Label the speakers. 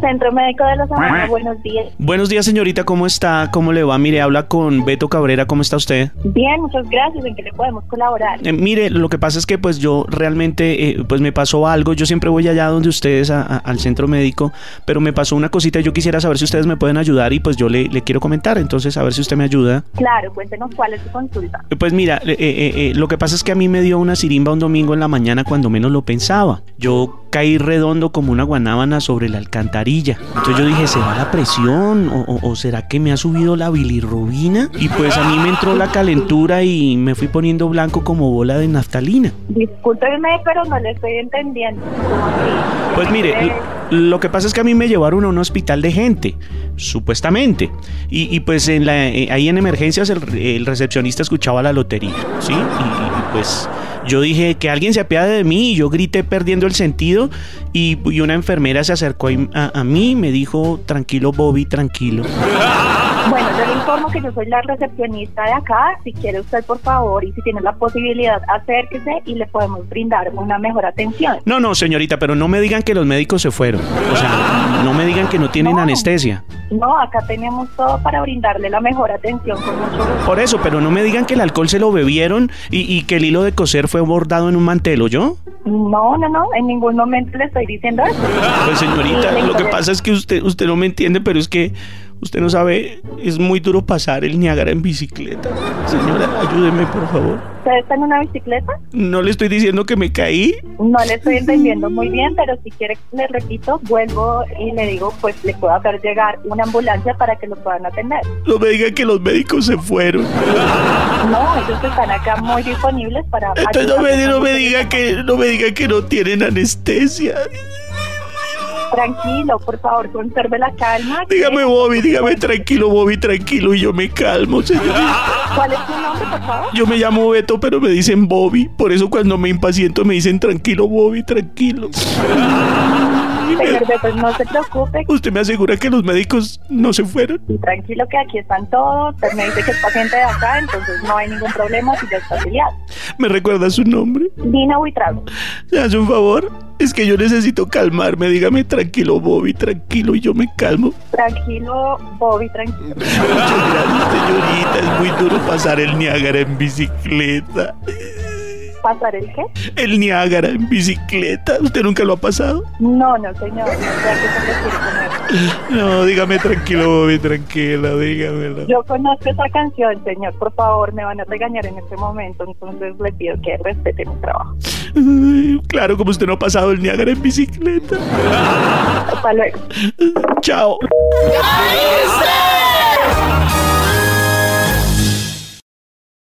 Speaker 1: Centro Médico de los Amados, buenos días.
Speaker 2: Buenos días, señorita. ¿Cómo está? ¿Cómo le va? Mire, habla con Beto Cabrera. ¿Cómo está usted?
Speaker 1: Bien, muchas gracias. ¿En qué le podemos colaborar?
Speaker 2: Eh, mire, lo que pasa es que pues yo realmente, eh, pues me pasó algo. Yo siempre voy allá donde ustedes, a- a- al centro médico, pero me pasó una cosita. Yo quisiera saber si ustedes me pueden ayudar y pues yo le, le quiero comentar. Entonces, a ver si usted me ayuda.
Speaker 1: Claro, cuéntenos cuál es su consulta.
Speaker 2: Eh, Pues mira, eh, eh, eh, lo que pasa es que a mí me dio una sirimba un domingo en la mañana cuando menos lo pensaba. Yo caí redondo como una guanábana sobre la alcantarilla. Entonces yo dije, ¿será la presión? ¿O, o- o será que me ha subido la bilirrubina? Y pues a mí me entró la calentura y me fui poniendo blanco como bola de naftalina.
Speaker 1: Discúlpeme, pero no le estoy entendiendo. ¿Cómo así?
Speaker 2: Pues mire,
Speaker 1: Eh,
Speaker 2: l- lo que pasa es que a mí me llevaron a un hospital de gente, supuestamente. Y, y pues en la, eh, ahí en emergencias el, re- el recepcionista escuchaba la lotería, ¿sí? Y, y pues yo dije que alguien se apiade de mí y yo grité perdiendo el sentido y, y una enfermera se acercó y- a, a mí y me dijo, tranquilo Bobby, tranquilo.
Speaker 1: Bueno, yo le informo que yo soy la recepcionista de acá. Si quiere usted, por favor, y si tiene la posibilidad, acérquese y le podemos brindar una mejor atención.
Speaker 2: No, no, señorita, pero no me digan que los médicos se fueron. O sea, no me digan que no tienen
Speaker 1: No.
Speaker 2: anestesia.
Speaker 1: No, acá tenemos todo para brindarle la mejor atención con mucho gusto.
Speaker 2: Por eso, pero no me digan que el alcohol se lo bebieron y, y que el hilo de coser fue bordado en un mantel, yo?
Speaker 1: No, no, no, en ningún momento le estoy diciendo eso.
Speaker 2: Pues señorita,
Speaker 1: Sí,
Speaker 2: lo que
Speaker 1: pero-
Speaker 2: pasa es que usted, usted no me entiende, pero es que usted no sabe, es muy duro pasar el Niágara en bicicleta. Señora, ayúdeme, por favor.
Speaker 1: ¿Usted está en una bicicleta?
Speaker 2: No le estoy diciendo que me caí.
Speaker 1: No le estoy entendiendo muy bien, pero si quiere, le repito, vuelvo y le digo, pues le puedo hacer llegar una ambulancia para que lo puedan atender.
Speaker 2: No me digan que los médicos se fueron.
Speaker 1: No, ellos están acá muy disponibles para...
Speaker 2: Entonces no me,
Speaker 1: ayudarles.
Speaker 2: no me digan que no me digan que no tienen anestesia.
Speaker 1: Tranquilo, por favor, conserve la calma. que-
Speaker 2: Dígame Bobby, dígame tranquilo Bobby, tranquilo y yo me calmo, señorita.
Speaker 1: ¿Cuál es su nombre, por favor?
Speaker 2: Yo me llamo Beto, pero me dicen Bobby. Por eso cuando me impaciento me dicen tranquilo Bobby, tranquilo. Y me-
Speaker 1: Señor Beto, no se preocupe,
Speaker 2: ¿Usted me asegura que los médicos no se fueron?
Speaker 1: tranquilo que aquí están todos. Usted me dice que es paciente de acá, entonces no hay ningún problema si ya está afiliado.
Speaker 2: ¿Me recuerda su nombre?
Speaker 1: Dina Buitrago.
Speaker 2: ¿Me hace un favor? Es que yo necesito calmarme. Dígame tranquilo, Bobby, tranquilo, y yo me calmo.
Speaker 1: Tranquilo, Bobby, tranquilo.
Speaker 2: Muchas gracias, señorita. Es muy duro pasar el Niágara en bicicleta.
Speaker 1: ¿Pasar el qué?
Speaker 2: El Niágara en bicicleta. ¿Usted nunca lo ha pasado?
Speaker 1: No, no, señor. No sé a qué se refiere con eso.
Speaker 2: No, dígame tranquilo, Bobby, tranquilo, dígamelo.
Speaker 1: Yo conozco esa canción, señor. Por favor, me van a regañar en este momento, entonces le pido que respete mi trabajo.
Speaker 2: Ay, Claro, como usted no ha pasado el Niágara en bicicleta.
Speaker 1: Hasta luego.
Speaker 2: Chao.